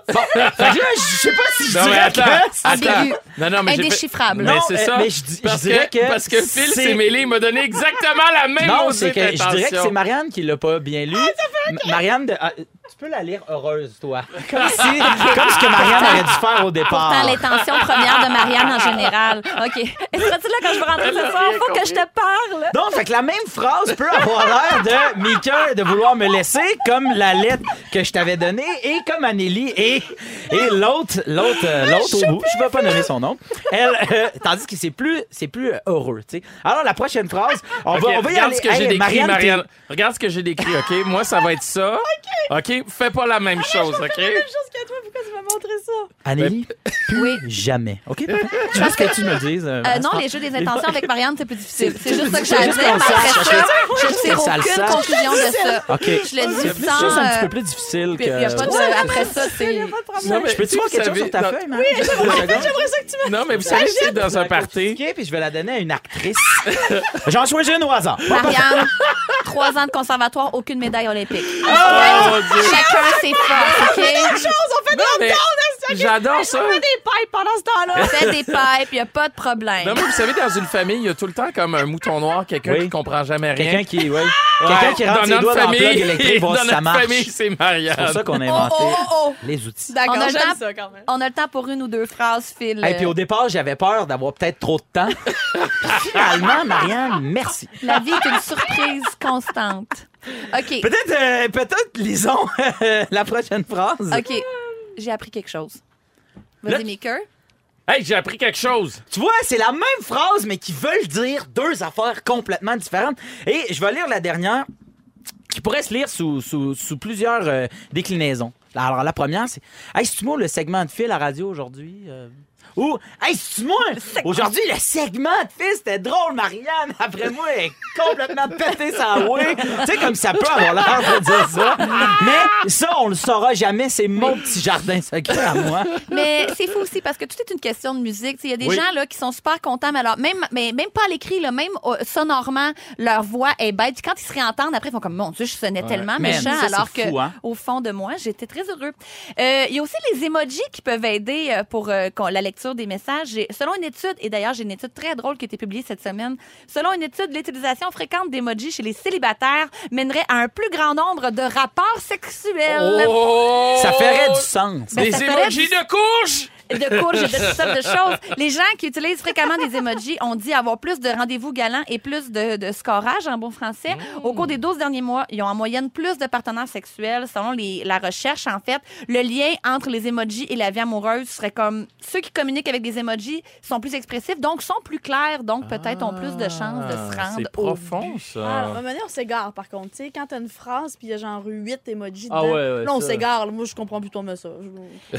Bon, fait que là, je sais pas si je
Non, mais
dirais
attends,
que...
attends.
Ambigu.
Non, non, mais j'ai fait-
Indéchiffrable.
Mais
Non,
c'est
euh,
ça.
mais je dis- je
parce
dirais que
parce que Phil
c'est-
s'est mêlé, il m'a donné exactement la même
Non,
maudite
c'est que je dirais que
intention.
c'est Marianne qui l'a pas bien lu. Marianne, de- ah, tu peux la lire heureuse, toi. Comme, si, comme ce que Marianne aurait dû faire au départ.
Pourtant, l'intention première de Marianne en général. OK. Seras-tu là quand je vais rentrer ce soir? Faut que je te parle.
Donc, fait que la même phrase peut avoir l'air de Mika de vouloir me laisser, comme la lettre que je t'avais donnée, et comme Anélie, et, et l'autre, l'autre, euh, l'autre au bout, je ne vais pas donner son nom. Elle, euh, tandis que c'est plus, c'est plus euh, heureux, tu sais. Alors, la prochaine phrase, on
Ok,
va, on va y
regarde
aller.
ce que j'ai
Hey,
décrit, Marianne.
t'es-
Regarde ce que j'ai décrit, OK?
Ah,
Moi, ça va être ça. OK? Fais pas la même chose, OK?
Chose que toi, pourquoi tu m'as montré ça?
Anneli, plus
Oui.
jamais. OK? parfait. Je pense que tu me le dises. euh,
Euh, non,
Vincent.
les jeux des intentions avec Marianne, c'est plus difficile. C'est juste ça que j'ai
Juste
à dire. mais
qu'on
après
sache.
ça,
Ok.
Je ne tire
Que ça le
aucune
sache.
conclusion de ça.
OK.
Je le
C'est
dis
plus-
sans...
juste un petit
euh,
peu plus difficile que...
puis il y a pas de- Après ça, c'est...
Non, mais
Je
si
peux-tu voir
vous
quelque chose
savez-
sur ta
non.
feuille, Marie? Oui,
J'aimerais ça que tu me
Non, mais Ben, vous savez, c'est dans un party.
puis je vais la donner à une actrice. J'en choisis une au hasard.
Marianne, trois ans de conservatoire, aucune médaille olympique.
Oh mon Dieu!
Chacun ses forces, OK?
Non, mais J'adore ça!
des pipes pendant ce temps-là.
Fais des pipes, il n'y a pas de problème.
Non, mais vous savez, dans une famille, il y a tout le temps comme un mouton noir, quelqu'un
Oui.
qui comprend jamais rien.
Quelqu'un qui, ouais. Quelqu'un qui rentre ses
notre
doigts dans le plug électrique,
dans
voir si ça
notre
marche.
famille, c'est Marianne.
C'est pour ça qu'on a
Oh,
inventé
oh, oh,
les outils.
D'accord,
On a le
j'aime
temps.
ça quand même.
On a le temps pour une ou deux phrases, Phil.
Et puis au départ, j'avais peur d'avoir peut-être trop de temps. Finalement, Marianne, merci.
La vie est une surprise constante. OK,
Peut-être, euh, peut-être lisons euh, la prochaine phrase.
OK. J'ai appris quelque chose.
Là-
Vas-y, Maker.
Hey, j'ai appris quelque chose!
Tu vois, c'est la même phrase, mais qui veulent dire deux affaires complètement différentes. Et je vais lire la dernière, qui pourrait se lire sous, sous, sous plusieurs euh, déclinaisons. Alors, la première, c'est Hey, c'est-tu moi le segment de fil à radio aujourd'hui? Euh, Ou Hey, c'est-tu moi? Aujourd'hui, le segment de fil, c'était drôle, Marianne. Après moi, elle est complètement pété sa roue. tu sais, comme ça peut avoir l'air de dire ça. Mais ça, on le saura jamais. C'est mon petit jardin secret à moi.
Mais c'est fou aussi parce que tout est une question de musique. Tu sais, Il y a des
Oui.
gens là, qui sont super contents, mais alors, même, mais même pas à l'écrit, là, même euh, sonorement, leur voix est bête. Puis Quand ils se réentendent, après, ils font comme Mon Dieu, je sonnais tellement
Man,
méchant,
ça, c'est
alors que
fou, hein?
au fond de moi, j'étais très heureux. Euh, Il y a aussi les emojis qui peuvent aider euh, pour euh, qu'on- la lecture des messages. J'ai- Selon une étude, et d'ailleurs, j'ai une étude très drôle qui a été publiée cette semaine, selon une étude, l'utilisation fréquente d'emojis chez les célibataires mènerait à un plus grand nombre de rapports sexuels.
Oh!
Ça ferait du sens.
Ben,
Des
ça ferait
émojis
du-
de couche!
de courges et de toutes sortes de choses. Les gens qui utilisent fréquemment des emojis ont dit avoir plus de rendez-vous galants et plus de, de scorage en bon français.
Mmh.
Au cours des 12 derniers mois, ils ont en moyenne plus de partenaires sexuels. Selon les- la recherche, en fait, le lien entre les emojis et la vie amoureuse serait comme ceux qui communiquent avec des emojis sont plus expressifs, donc sont plus clairs, donc peut-être ont plus de chances de se
Ah,
rendre
C'est
au
profond,
Ah, à un
ça.
moment donné, on s'égare, par contre. Tu sais, quand t'as une phrase, puis il y a genre 8 emojis
Ah
dedans,
ouais, ouais,
là, on
ça.
s'égare. là. Moi, je comprends plus ton message.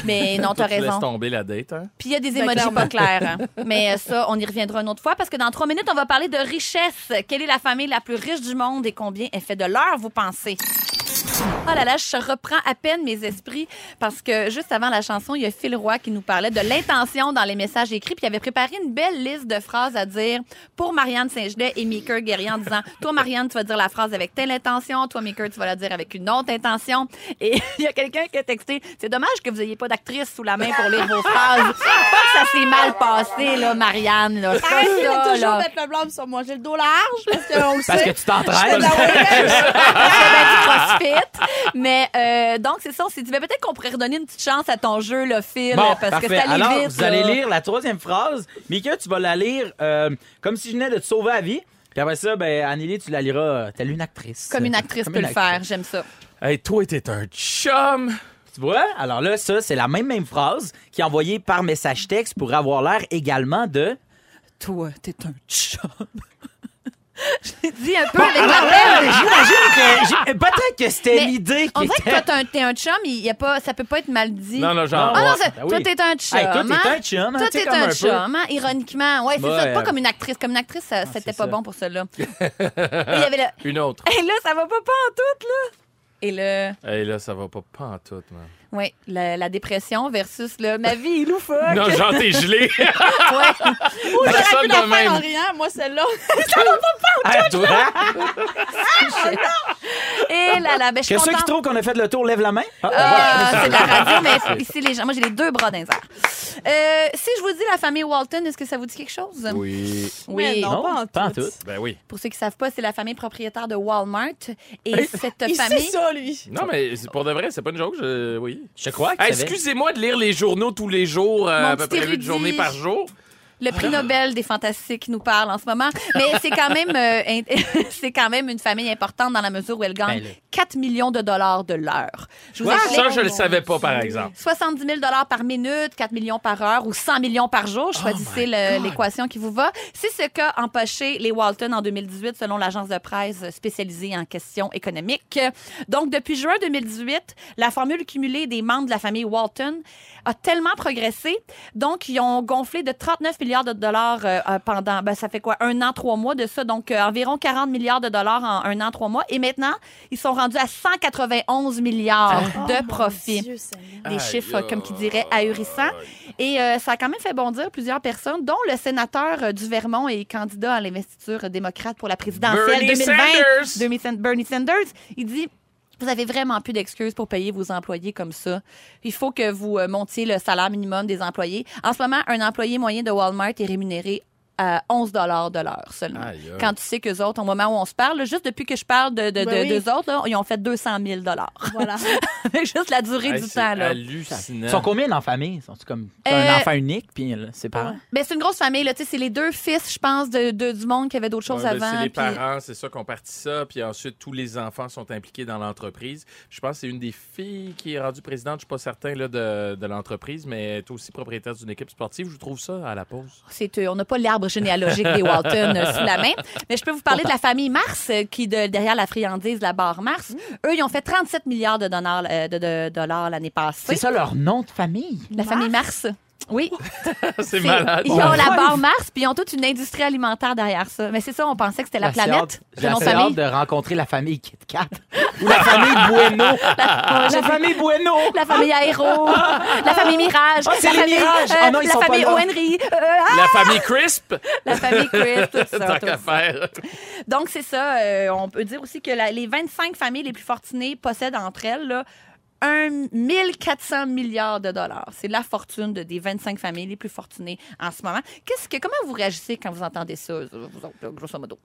Mais non, t'as
Tu laisses
raison.
tomber la date, hein?
Puis il y a des
Ben,
émojis
clairement.
pas clairs. hein. Mais euh, ça, on y reviendra une autre fois parce que dans trois minutes, on va parler de richesse. Quelle est la famille la plus riche du monde et combien elle fait de l'heure, vous pensez? Oh là là, je reprends à peine mes esprits parce que juste avant la chanson, il y a Phil Roy qui nous parlait de l'intention dans les messages écrits, puis il avait préparé une belle liste de phrases à dire pour Marianne Saint-Gelais et Maker Guerrier en disant Toi, Marianne, tu vas dire la phrase avec telle intention, toi, Maker, tu vas la dire avec une autre intention. Et il y a quelqu'un qui a texté C'est dommage que vous ayez pas d'actrice sous la main pour lire vos phrases. Pas que ça s'est mal passé, là, Marianne. Là. Ça,
Arrêtez
ça,
toujours
là.
mettre le blâme sur moi. J'ai le dos large, parce qu'on le
Parce que
sait.
tu
Je fais de
t'entraînes.
la weightless.
Je fais bien du crossfit. Mais euh, donc, c'est ça, on s'est dit, ben, peut-être qu'on pourrait redonner une petite chance à ton jeu, le Phil,
Bon,
parce
parfait.
que ça allait
Alors,
vite.
vous allez
là.
lire la troisième phrase. Mika, tu vas la lire euh, comme si je venais de te sauver la vie. Puis après ça, ben, Anneli, tu la liras. euh, T'es une actrice.
Comme une actrice
Comme
peut
une
le faire, j'aime ça.
Hey, toi, t'es un chum!
Tu vois? Alors là, ça, c'est la même, même phrase qui est envoyée par message texte pour avoir l'air également de. Toi, t'es un chum.
Dis un peu avec la peine.
J'imagine que. j'ai- euh, Peut-être que c'était
Ah! Mais
l'idée
On
qui
dirait que
était.
toi, t'es un, t'es un chum, il y a pas, ça peut pas être mal dit.
Non, non, genre.
Ah non,
Ouais,
ça-
ben oui.
toi, t'es un chum.
Hey, toi, t'es
hein?
un chum, hein,
Toi,
tu
t'es
sais, comme un
un
peu.
chum, hein, ironiquement. Ouais, c'est
Ouais,
ça. Pas
euh,
comme une actrice. Comme une actrice, ça- c'était
c'est
pas
ça.
bon pour celle-là. Et il y avait le.
Une autre.
Et là, ça va pas pas en tout, là. Et le.
Hey, là, ça va pas pantoute, man.
Oui, la, la dépression versus le. Ma vie est loufoque.
Non, genre, t'es gelé.
Ouais.
Ou j'aurais
Personne
pu
de
la faire en
même.
riant. Moi, celle-là.
Ah, toi?
Ah, Et là, là, ben, je suis
Que ceux qui
contente.
trouvent qu'on a fait le tour lèvent la main. Ah,
Ah, c'est de la radio, mais ici, les gens. Moi, j'ai les deux bras dans les airs. Euh, si je vous dis la famille Walton, est-ce que ça vous dit quelque chose?
Oui.
Oui.
Mais non,
Non,
pas en
pas en
tout.
tout.
Ben oui.
Pour ceux qui ne savent pas, c'est la famille propriétaire de Walmart. Et cette
Il sait
famille.
ça, lui.
Non, mais c'est- pour de vrai, c'est pas une joke. je- Oui.
Je crois que.
Hey,
ça avait-
excusez-moi de lire les journaux tous les jours, euh,
Mon
à peu
petit
près une
érudit.
journée par jour.
Le prix Nobel des fantastiques nous parle en ce moment. Mais c'est quand même, euh, in- c'est quand même une famille importante dans la mesure où elle gagne
Ben là.
4 millions de dollars de l'heure. Je vous
Ouais,
explique.
Ah, ça, je le savais pas, par exemple.
70 000 dollars par minute, 4 millions par heure ou 100 millions par jour. Choisissez le- l'équation qui vous va. C'est ce qu'a empoché les Walton en 2018 selon l'agence de presse spécialisée en questions économiques. Donc, depuis juin 2018, la formule cumulée des membres de la famille Walton a tellement progressé. Donc, ils ont gonflé de 39 milliards de dollars euh, euh, pendant, ben, ça fait quoi, un an, trois mois de ça. Donc, euh, environ 40 milliards de dollars en un an, trois mois. Et maintenant, ils sont rendus à 191 milliards
Ah.
de profits
Oh, Dieu Seigneur.
des
Aïe,
chiffres, euh,
aïe.
comme qui dirait, ahurissants. Et euh, ça a quand même fait bondir plusieurs personnes, dont le sénateur euh, du Vermont et candidat à l'investiture démocrate pour la présidentielle
Bernie
2020,
Sanders!
Bernie San- Bernie Sanders. Il dit Vous avez vraiment plus d'excuses pour payer vos employés comme ça. Il faut que vous euh, montiez le salaire minimum des employés. En ce moment, un employé moyen de Walmart est rémunéré à 11 de l'heure seulement.
Aïe, aïe.
Quand tu sais qu'eux autres, au moment où on se parle, là, juste depuis que je parle de, de,
Ben
de-
oui.
d'eux autres, là, ils ont fait 200 000
Voilà.
Juste la durée
Hey,
du
c'est
temps. Là.
Ils sont
hallucinant.
combien dans la famille? Sont-ils comme t'as
Euh,
un enfant unique puis euh, ses parents?
Ben, c'est une grosse famille, là. Tu sais, c'est les deux fils, je pense, de, de- du monde qui avaient d'autres choses
Ouais, ben,
avant.
c'est les
puis-
parents, c'est ça qu'on partit ça. Puis ensuite, tous les enfants sont impliqués dans l'entreprise. Je pense que c'est une des filles qui est rendue présidente, je suis pas certain là, de, de l'entreprise, mais elle est aussi propriétaire d'une équipe sportive. Je trouve ça à la pause.
C'est, euh, on n'a pas l'arbre généalogique des Walton euh, sous la main. Mais je peux vous parler de la famille Mars, euh, qui de, derrière la friandise, la barre Mars.
Mm.
Eux, ils ont fait 37 milliards de dollars, euh, de, de dollars l'année
C'est
passée.
ça leur nom de famille?
La famille Mars. Oui,
c'est
c'est-
malade.
ils ont la barre Mars, puis ils ont toute une industrie alimentaire derrière ça. Mais c'est ça, on pensait que c'était la
J'ai assez
planète,
hâte- J'ai
selon
assez
famille.
hâte de rencontrer la famille Kit Kat ou la famille Bueno. la famille Bueno.
La famille Aéro, la famille Mirage,
Ah, c'est
la famille,
les
euh,
Mirages! Ah non, ils
la
sont pas
famille
là.
O'Henry, euh, ah,
La famille Crisp,
la famille Chris, tout ça.
tant
tout
qu'à
ça.
faire.
Donc, c'est ça. euh, on peut dire aussi que la- les 25 familles les plus fortunées possèdent entre elles là, 1 400 milliards de dollars. C'est la fortune de- des 25 familles les plus fortunées en ce moment. Qu'est-ce que, comment vous réagissez quand vous entendez ça, euh, vous autres, là, grosso modo?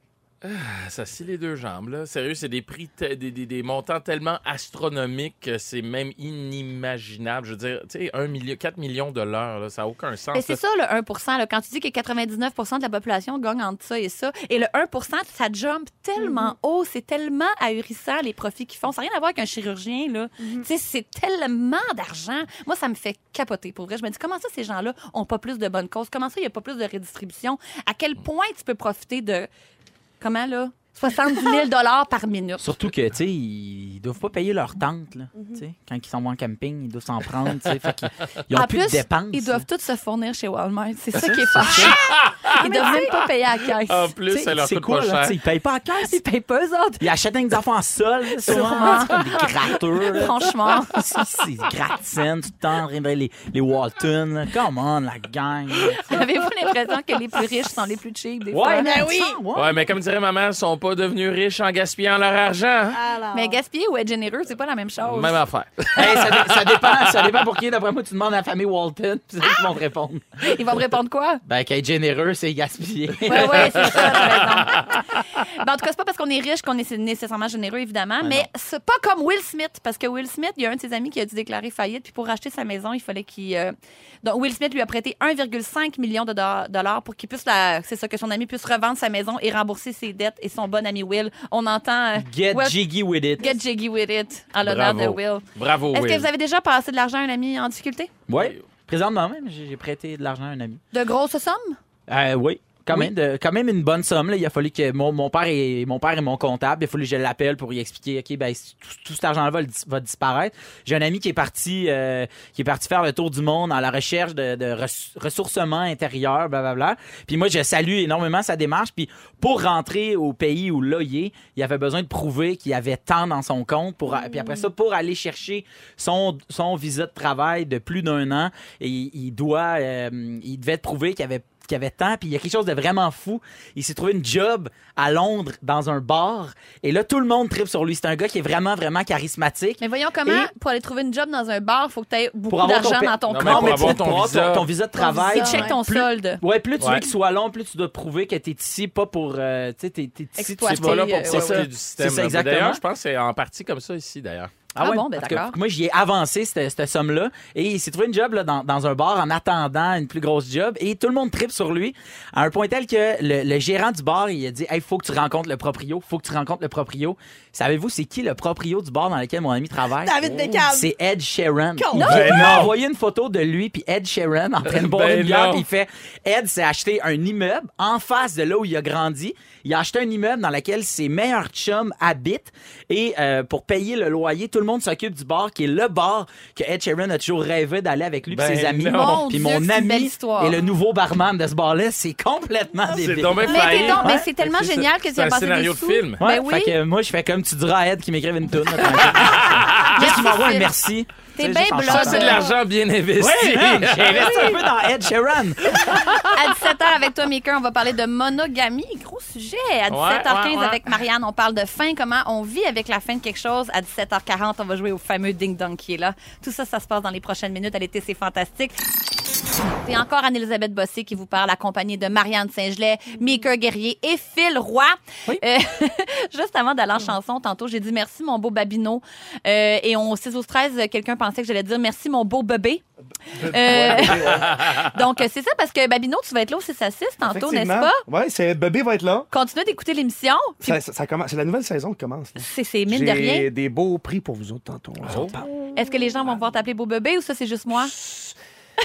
Ça scie les deux jambes, là. Sérieux, c'est des prix, te- des, des- des montants tellement astronomiques que c'est même inimaginable. Je veux dire, tu sais, 1 million, 4 millions de l'heure, là, ça n'a aucun sens.
Mais c'est
là.
ça, le 1 là, Quand tu dis que 99 de la population gagne entre ça et ça, et le 1 ça jump tellement
Mm-hmm.
haut, c'est tellement ahurissant les profits qu'ils font. Ça n'a rien à voir avec un chirurgien, là.
Mm-hmm.
Tu sais, c'est tellement d'argent. Moi, ça me fait capoter, pour vrai. Je me dis, comment ça, ces gens-là ont pas plus de bonnes causes? Comment ça, il n'y a pas plus de redistribution? À quel
Mm.
point tu peux profiter de. Comment, là? 70 000 par minute.
Surtout que, tu sais, ils doivent pas payer leur tente, là.
Mhm.
Tu sais, quand ils s'en vont en camping, ils doivent s'en prendre, tu sais. Fait qu'ils- ils ont
en
plus,
plus,
de dépenses.
ils
là.
doivent tous se fournir chez Walmart. C'est ça qui est fâché. Ils doivent même pas payer à la caisse.
En plus,
Tu sais,
ça leur
C'est
coûte
quoi,
pas
là? tu
cher.
sais, Ils payent pas en caisse.
Ils payent pas eux autres.
Ils achètent des enfants en sol, là,
Sûrement.
sûrement. C'est comme des gratteurs, là.
Franchement.
C'est- C'est gratte-scène, tout le temps, les, les Walton, là. Come on, la gang. là.
Avez-vous l'impression que les plus riches sont les plus cheap des fois?
Ah, Ouais, mais oui.
Ouais, mais comme dirait ma mère, ils sont pas devenus riches en gaspillant leur argent. hein?
Alors.
Mais gaspiller ou être généreux, c'est pas la même chose.
Même affaire.
Hey, ça, dé- ça dépend, ça dépend pour qui. D'après moi, tu demandes à la famille Walton, puis c'est eux qui vont te répondre.
Ils vont me répondre quoi?
Ben, qu'être généreux, c'est gaspiller.
Ouais, ouais, c'est ça, t'as raison. Ben, en tout cas, c'est pas parce qu'on est riche qu'on est nécessairement généreux, évidemment,
Ben
mais c'est pas comme Will Smith, parce que Will Smith, il y a un de ses amis qui a dû déclarer faillite, puis pour acheter sa maison, il fallait qu'il. euh, Donc, Will Smith lui a prêté 1,5 million de do- dollars pour qu'il puisse la. C'est ça, que son ami puisse revendre sa maison et rembourser ses dettes et son bon ami Will. On entend. euh,
Get
Will-
jiggy with it.
Get jiggy with it, en l'honneur de
Bravo.
Will.
Bravo,
Est-ce
Will.
que vous avez déjà passé de l'argent à un ami en difficulté?
Ouais. Présentement même, j'ai j'ai prêté de l'argent à un ami.
De grosses sommes?
Euh, oui. Quand, Même, de- quand même une bonne somme. Là. Il a fallu que mon, mon père et mon père et mon comptable, il a fallu que je l'appelle pour lui expliquer OK, ben, c- tout, tout cet argent-là va, le dis- va disparaître. J'ai un ami qui est parti euh, qui est parti faire le tour du monde à la recherche de, de res- ressourcement intérieur, blablabla. Puis moi, je salue énormément sa démarche. Puis pour rentrer au pays où là il est, il avait besoin de prouver qu'il avait tant dans son compte. Pour, Puis après ça, pour aller chercher son, son visa de travail de plus d'un an, et il, il doit, euh, il devait prouver qu'il avait qui avait tant, puis il y a quelque chose de vraiment fou. Il s'est trouvé une job à Londres dans un bar, et là, tout le monde tripe sur lui. C'est un gars qui est vraiment, vraiment charismatique.
Mais voyons comment,
Et-
pour aller trouver une job dans un bar, faut que tu aies beaucoup
avoir ton
d'argent
pa-
dans ton
Non, mais
compte.
pour avoir ton visa.
de travail.
Il
visa,
check
ouais.
ton
Plus-
solde.
Ouais, plus tu
Ouais.
veux qu'il soit long, plus tu dois prouver que t'es ici, pas pour. euh, tu sais, t'es t'es ici, tu
Exploiter,
C'est pas là
euh,
pour
ouais,
profiter
ouais.
du système.
C'est ça,
là.
exactement.
D'ailleurs, je pense que c'est en partie comme ça ici, d'ailleurs.
Ah bon, ben
En tout cas,
d'accord.
Moi, j'y ai avancé cette, cette somme-là. Et il s'est trouvé une job là, dans, dans un bar en attendant une plus grosse job. Et tout le monde tripe sur lui. À un point tel que le, le gérant du bar, il a dit Hey, faut que tu rencontres le proprio. Faut que tu rencontres le proprio. Savez-vous, c'est qui le proprio du bar dans lequel mon ami travaille
David Beckham.
C'est Ed Sheeran.
Con.
Il
Non.
Ben
m'a
non.
envoyé une photo de lui puis Ed Sheeran en train de boire
Ben
une bière.
non.
puis il fait Ed s'est acheté un immeuble en face de là où il a grandi. Il a acheté un immeuble dans lequel ses meilleurs chums habitent. Et euh, pour payer le loyer, tout le monde s'occupe du bar, qui est le bar que Ed Sheeran a toujours rêvé d'aller avec lui et
Ben
ses amis.
non.
Mon
Puis
Dieu, que
mon
c'est une belle
ami
histoire.
et le nouveau barman de ce bar-là, c'est complètement
C'est
débile.
donc bien
Mais
failli.
t'es donc, mais c'est
Ouais.
tellement
C'est ça.
génial que tu
C'est
as
un
passé des
scénario de
sous.
film.
Ouais,
Ben oui,
fait que moi, je fais comme tu diras à Ed qui m'écrive une toune. là, tranquille. Juste qu'il m'envoie un merci.
T'es
Tu sais,
bien
juste en
blonde.
Ça, c'est de l'argent bien investi.
oui, man, j'ai
hein?
investi un peu dans Ed Sheeran.
à 17h avec toi, Maker, on va parler de monogamie. Gros sujet. À 17h15
ouais, ouais.
avec Marianne, on parle de faim, comment on vit avec la faim de quelque chose. À 17h40, on va jouer au fameux ding-dong qui est là. Tout ça, ça se passe dans les prochaines minutes. À l'été, c'est fantastique. C'est encore Anne-Elisabeth Bossé qui vous parle, accompagnée de Marianne Saint-Gelais, Maker Guerrier et Phil Roy. Euh, juste avant d'aller en chanson, tantôt, j'ai dit merci, mon beau Babino. Euh, et on 6 au 13, quelqu'un pensait que j'allais dire merci, mon beau bébé. Euh, donc, euh, c'est ça, parce que Babino, tu vas être là au 6 à 6 tantôt, n'est-ce
Effectivement.
pas?
Ouais, c'est Bébé va être là.
Continue d'écouter l'émission. Puis
Ça, ça- ça commence, c'est la nouvelle saison qui commence. là.
c'est c'est mine de rien. Ah.
J'ai des beaux prix pour vous autres tantôt. on
Oh,
s'en parle.
Est-ce que les gens vont pouvoir t'appeler beau bébé ou ça, c'est juste moi?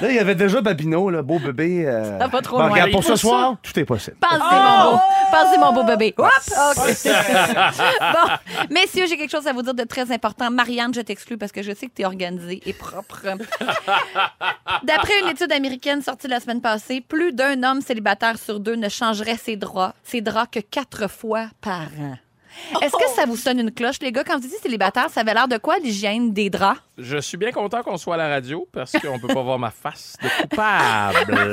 Là, il y avait déjà Babino, le beau bébé. euh,
Ça va trop
bon,
loin.
regarde, pour
Pour
ce
ça.
soir, tout est possible.
Pensez, mon beau. Pensez, mon beau bébé. Hop! OK. bon, messieurs, j'ai quelque chose à vous dire de très important. Marianne, je t'exclus parce que je sais que tu es organisée et propre. D'après une étude américaine sortie la semaine passée, plus d'un homme célibataire sur deux ne changerait ses draps, ses draps que quatre fois par an. Est-ce que ça vous sonne une cloche, les gars? Quand vous dites célibataire, ça avait l'air de quoi l'hygiène des draps?
Je suis bien content qu'on soit à la radio parce qu'on peut pas voir ma face de coupable.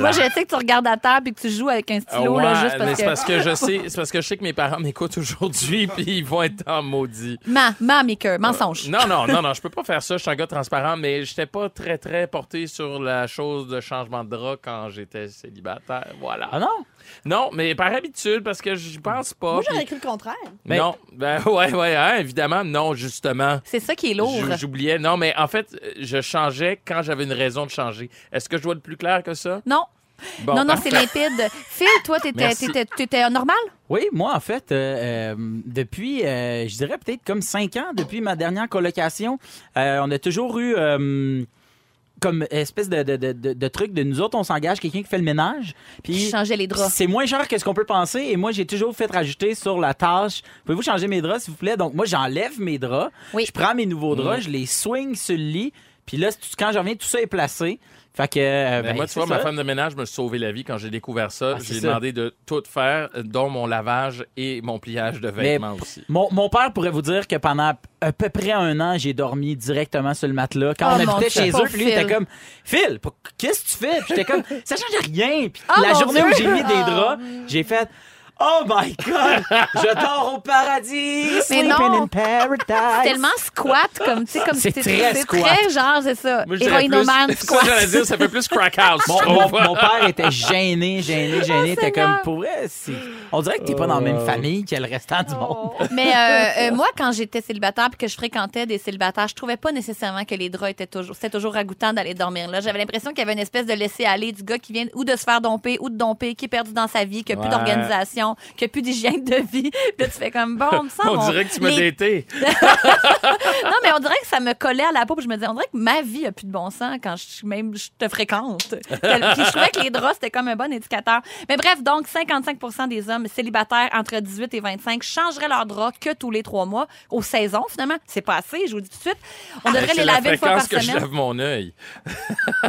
Moi, je sais que tu regardes à terre et que tu joues avec un
Ah
stylo,
ouais,
là, juste
mais
parce
c'est
que.
parce que je sais, c'est parce que je sais que mes parents m'écoutent aujourd'hui puis ils vont être en maudit.
Ma, ma, Maker, mensonge.
Euh, Non non non non, je peux pas faire ça. Je suis un gars transparent, mais j'étais pas très très porté sur la chose de changement de drap quand j'étais célibataire. Voilà.
Ah non?
Non, mais par habitude parce que je pense pas.
Moi, j'aurais
puis-
cru le contraire.
Mais-
Non, ben ouais ouais, hein, évidemment non justement.
C'est ça qui est lourd.
J- J'oubliais. Non, mais en fait, euh, je changeais quand j'avais une raison de changer. Est-ce que je dois être plus clair que ça?
Non.
Bon,
non, non,
parfait.
c'est limpide. Phil, toi, t'étais,
Merci.
t'étais, t'étais normal?
Oui, moi, en fait, euh, euh, depuis, euh, je dirais peut-être comme cinq ans, depuis ma dernière colocation, euh, on a toujours eu euh, comme espèce de, de, de, de- de truc de nous autres, on s'engage quelqu'un qui fait le ménage.
Je
Puis
changeais les draps.
c'est moins cher que ce qu'on peut penser. Et moi, j'ai toujours fait rajouter sur la tâche pouvez-vous changer mes draps, s'il vous plaît Donc, moi, j'enlève mes draps,
Oui.
je prends mes nouveaux draps,
Mm.
je les swing sur le lit. Puis là, c'est- quand je reviens, tout ça est placé. Fait que. euh,
Mais
ben,
moi, tu
c'est
vois, ma
ça.
femme de ménage me sauvé la vie quand j'ai découvert ça.
Ah, c'est
j'ai
ça.
demandé de tout faire, euh, dont mon lavage et mon pliage de vêtements
Mais-
aussi.
Mon, mon père pourrait vous dire que pendant à peu près un an, j'ai dormi directement sur le matelas. Quand
Oh
on
mon
habitait
Dieu,
chez eux,
pauvre
puis lui, il
Phil.
était comme Phil, pour- qu'est-ce que tu fais? Puis j'étais comme Ça change rien. Puis
Oh
la
mon
journée
Dieu.
où j'ai mis des draps, j'ai fait Oh my God, je dors au paradis, sleeping
non.
in paradise.
C'est tellement squat comme, tu sais, comme
C'est très
c'est
squat.
très genre, c'est ça.
Moi, je dirais
Héroïnomane,
plus-
squat.
Ça, j'allais dire, ça fait plus crack house. je
Mon,
trouve.
mon- mon père était gêné, gêné,
Oh
gêné. T'es comme, pour vrai, c'est- on dirait que t'es pas dans la même
Oh.
famille que le restant
Oh.
du monde.
Mais euh, euh, moi, quand j'étais célibataire puis que je fréquentais des célibataires, je trouvais pas nécessairement que les draps étaient toujours, c'était toujours ragoûtant d'aller dormir là. J'avais l'impression qu'il y avait une espèce de laisser aller du gars qui vient ou de se faire domper ou de domper, qui est perdu dans sa vie, qui a plus
Ouais.
d'organisation, qui a plus d'hygiène de vie. Puis là, tu fais comme bon, me semble.
On
on-
dirait que tu m'as
les-
daté.
Non, mais on dirait que ça me collait à la peau. Puis je me disais, on dirait que ma vie a plus de bon sens quand je, même je te fréquente. Puis je trouvais que les draps, c'était comme un bon indicateur. Mais bref, donc, 55 des hommes célibataires entre 18 et 25 changeraient leurs draps que tous les trois mois, aux saisons, finalement. C'est pas assez, je vous le dis tout de suite. On devrait
C'est
les
la
laver une fois par
fréquence que je
semaine.
lave mon œil.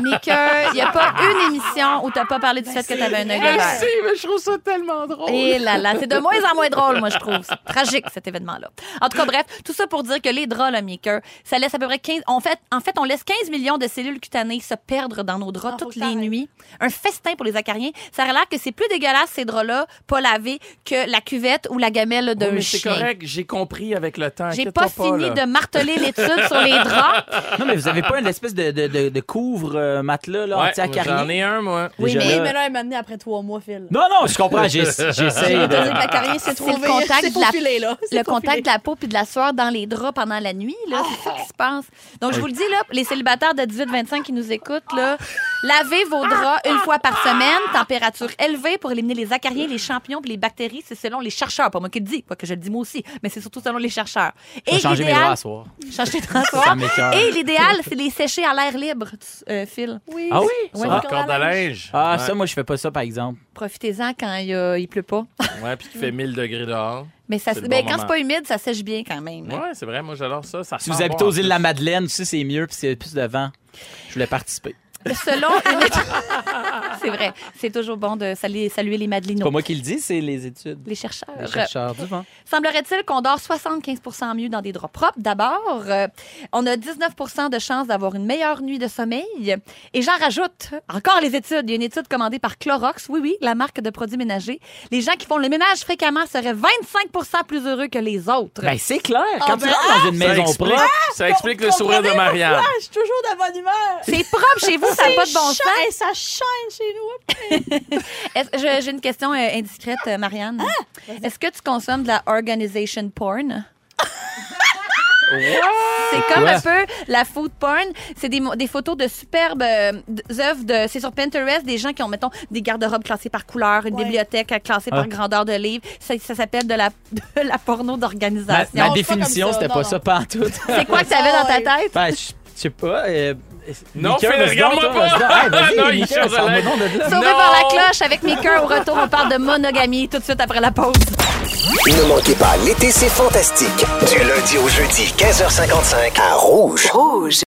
Mais qu'il n'y a pas
Ah.
une émission où t'as pas parlé
Ben,
du fait que t'avais un œil de verre.
mais je trouve ça tellement drôle.
Et là là, c'est de moins en moins drôle, moi, je trouve. C'est tragique, cet événement-là. En tout cas, bref, tout ça pour dire que les draps, là, Maker, ça laisse à peu près 15... En fait, en fait, on laisse 15 millions de cellules cutanées se perdre dans nos draps
Ah, faut
toutes
que
les
t'arrêtes.
nuits. Un festin pour les acariens. Ça a l'air que c'est plus dégueulasse, ces draps-là, pas lavés, que la cuvette ou la gamelle d'un
Oui, Oh, mais c'est
chien.
correct, j'ai compris avec le temps.
J'ai
inquiète-toi
pas, fini
là.
de marteler l'étude sur les draps.
Non, mais vous avez pas une espèce de, de- de- de couvre-matelas là,
Ouais,
anti-acariens?
J'en ai un, moi.
Oui,
Déjà
Mais,
là-
mais là, elle m'a amené après trois mois, Phil.
Non, non, je comprends. J'ai j'ai j'essaye
euh,
de.
La carrière s'est
C'est le
trouvée.
contact
C'est
de la-
faufilé, là. C'est
le contact
faufilé.
de la peau puis de la sueur dans les draps pendant la nuit, là, c'est ça qui se passe. Donc, je vous le dis, là, les célibataires de 18-25 qui nous écoutent, là, lavez vos draps une fois par semaine, température élevée pour éliminer les acariens, les champignons puis les bactéries. C'est selon les chercheurs, pas moi qui le dis, quoi que je le dis moi aussi, mais c'est surtout selon les chercheurs.
Je vais changer mes
l'idéal-
draps à soir.
Changer de draps.
Ça m'écoeure.
Et l'idéal, c'est les sécher à l'air libre, tu- euh, Phil.
Oui.
Ah oui?
Ouais,
Ah,
le
corde à linge.
Ah,
ouais.
ça, moi, je fais pas ça, par exemple.
Profitez-en quand il, euh, il pleut pas.
Ouais, puis qui fait 1000 degrés dehors.
Mais ça,
C'est le
ben,
bon
quand
moment.
c'est pas humide, ça sèche bien quand même.
Ouais, c'est vrai, moi j'adore ça. ça
Si
sent
vous habitez
Ah bon,
aux
en
îles de la Madeleine, tu sais, c'est mieux, puis c'est plus de vent. Je voulais participer.
Selon une étude- C'est vrai. C'est toujours bon de saluer, saluer les
C'est pas
Madelinots.
moi qui le dis, c'est les études.
Les chercheurs.
Les chercheurs du vent.
Semblerait-il qu'on dort 75 mieux dans des draps propres, d'abord. Euh, on a 19 de chances d'avoir une meilleure nuit de sommeil. Et j'en rajoute encore les études. Il y a une étude commandée par Clorox, oui, oui, la marque de produits ménagers. Les gens qui font le ménage fréquemment seraient 25 plus heureux que les autres.
Ben, c'est clair. Quand tu
ben,
rentres dans une
Ça
maison
explique,
propre,
ça explique le sourire de Marianne.
Ah, je suis toujours de bonne humeur.
C'est propre chez vous, ça n'a pas de bon sens.
Et ça chaîne chez nous. hein,
Est-ce- je- J'ai une question euh, indiscrète, euh, Marianne. Est-ce que tu consommes de la organization porn? C'est comme un peu la food porn. C'est des, mo- des photos de superbes euh, d- œuvres. de- C'est sur Pinterest, des gens qui ont, mettons, des garde-robes classées par couleur, une
Ouais.
bibliothèque euh, classée
Ah.
par grandeur de livre. Ça, ça s'appelle de la, de la porno
ma,
d'organisation.
ma
Non, c'est pas
définition,
comme ça.
c'était
Non,
pas
non.
ça, pas en tout.
C'est quoi que tu avais dans ta tête?
Ben, je je sais pas. euh,
Non,
Mika,
Phil,
vas-y donc,
regarde-moi
toi, vas-y donc.
pas.
Hey, vas-y,
Non, il
Mika,
cherche
sors-moi
à l'aide.
donc de là.
Sauvé
Non.
par la cloche avec mes cœurs. Au retour, on parle de monogamie tout de suite après la pause.
Ne manquez pas, l'été, c'est fantastique. Du lundi au jeudi, 15h55, à Rouge. Rouge.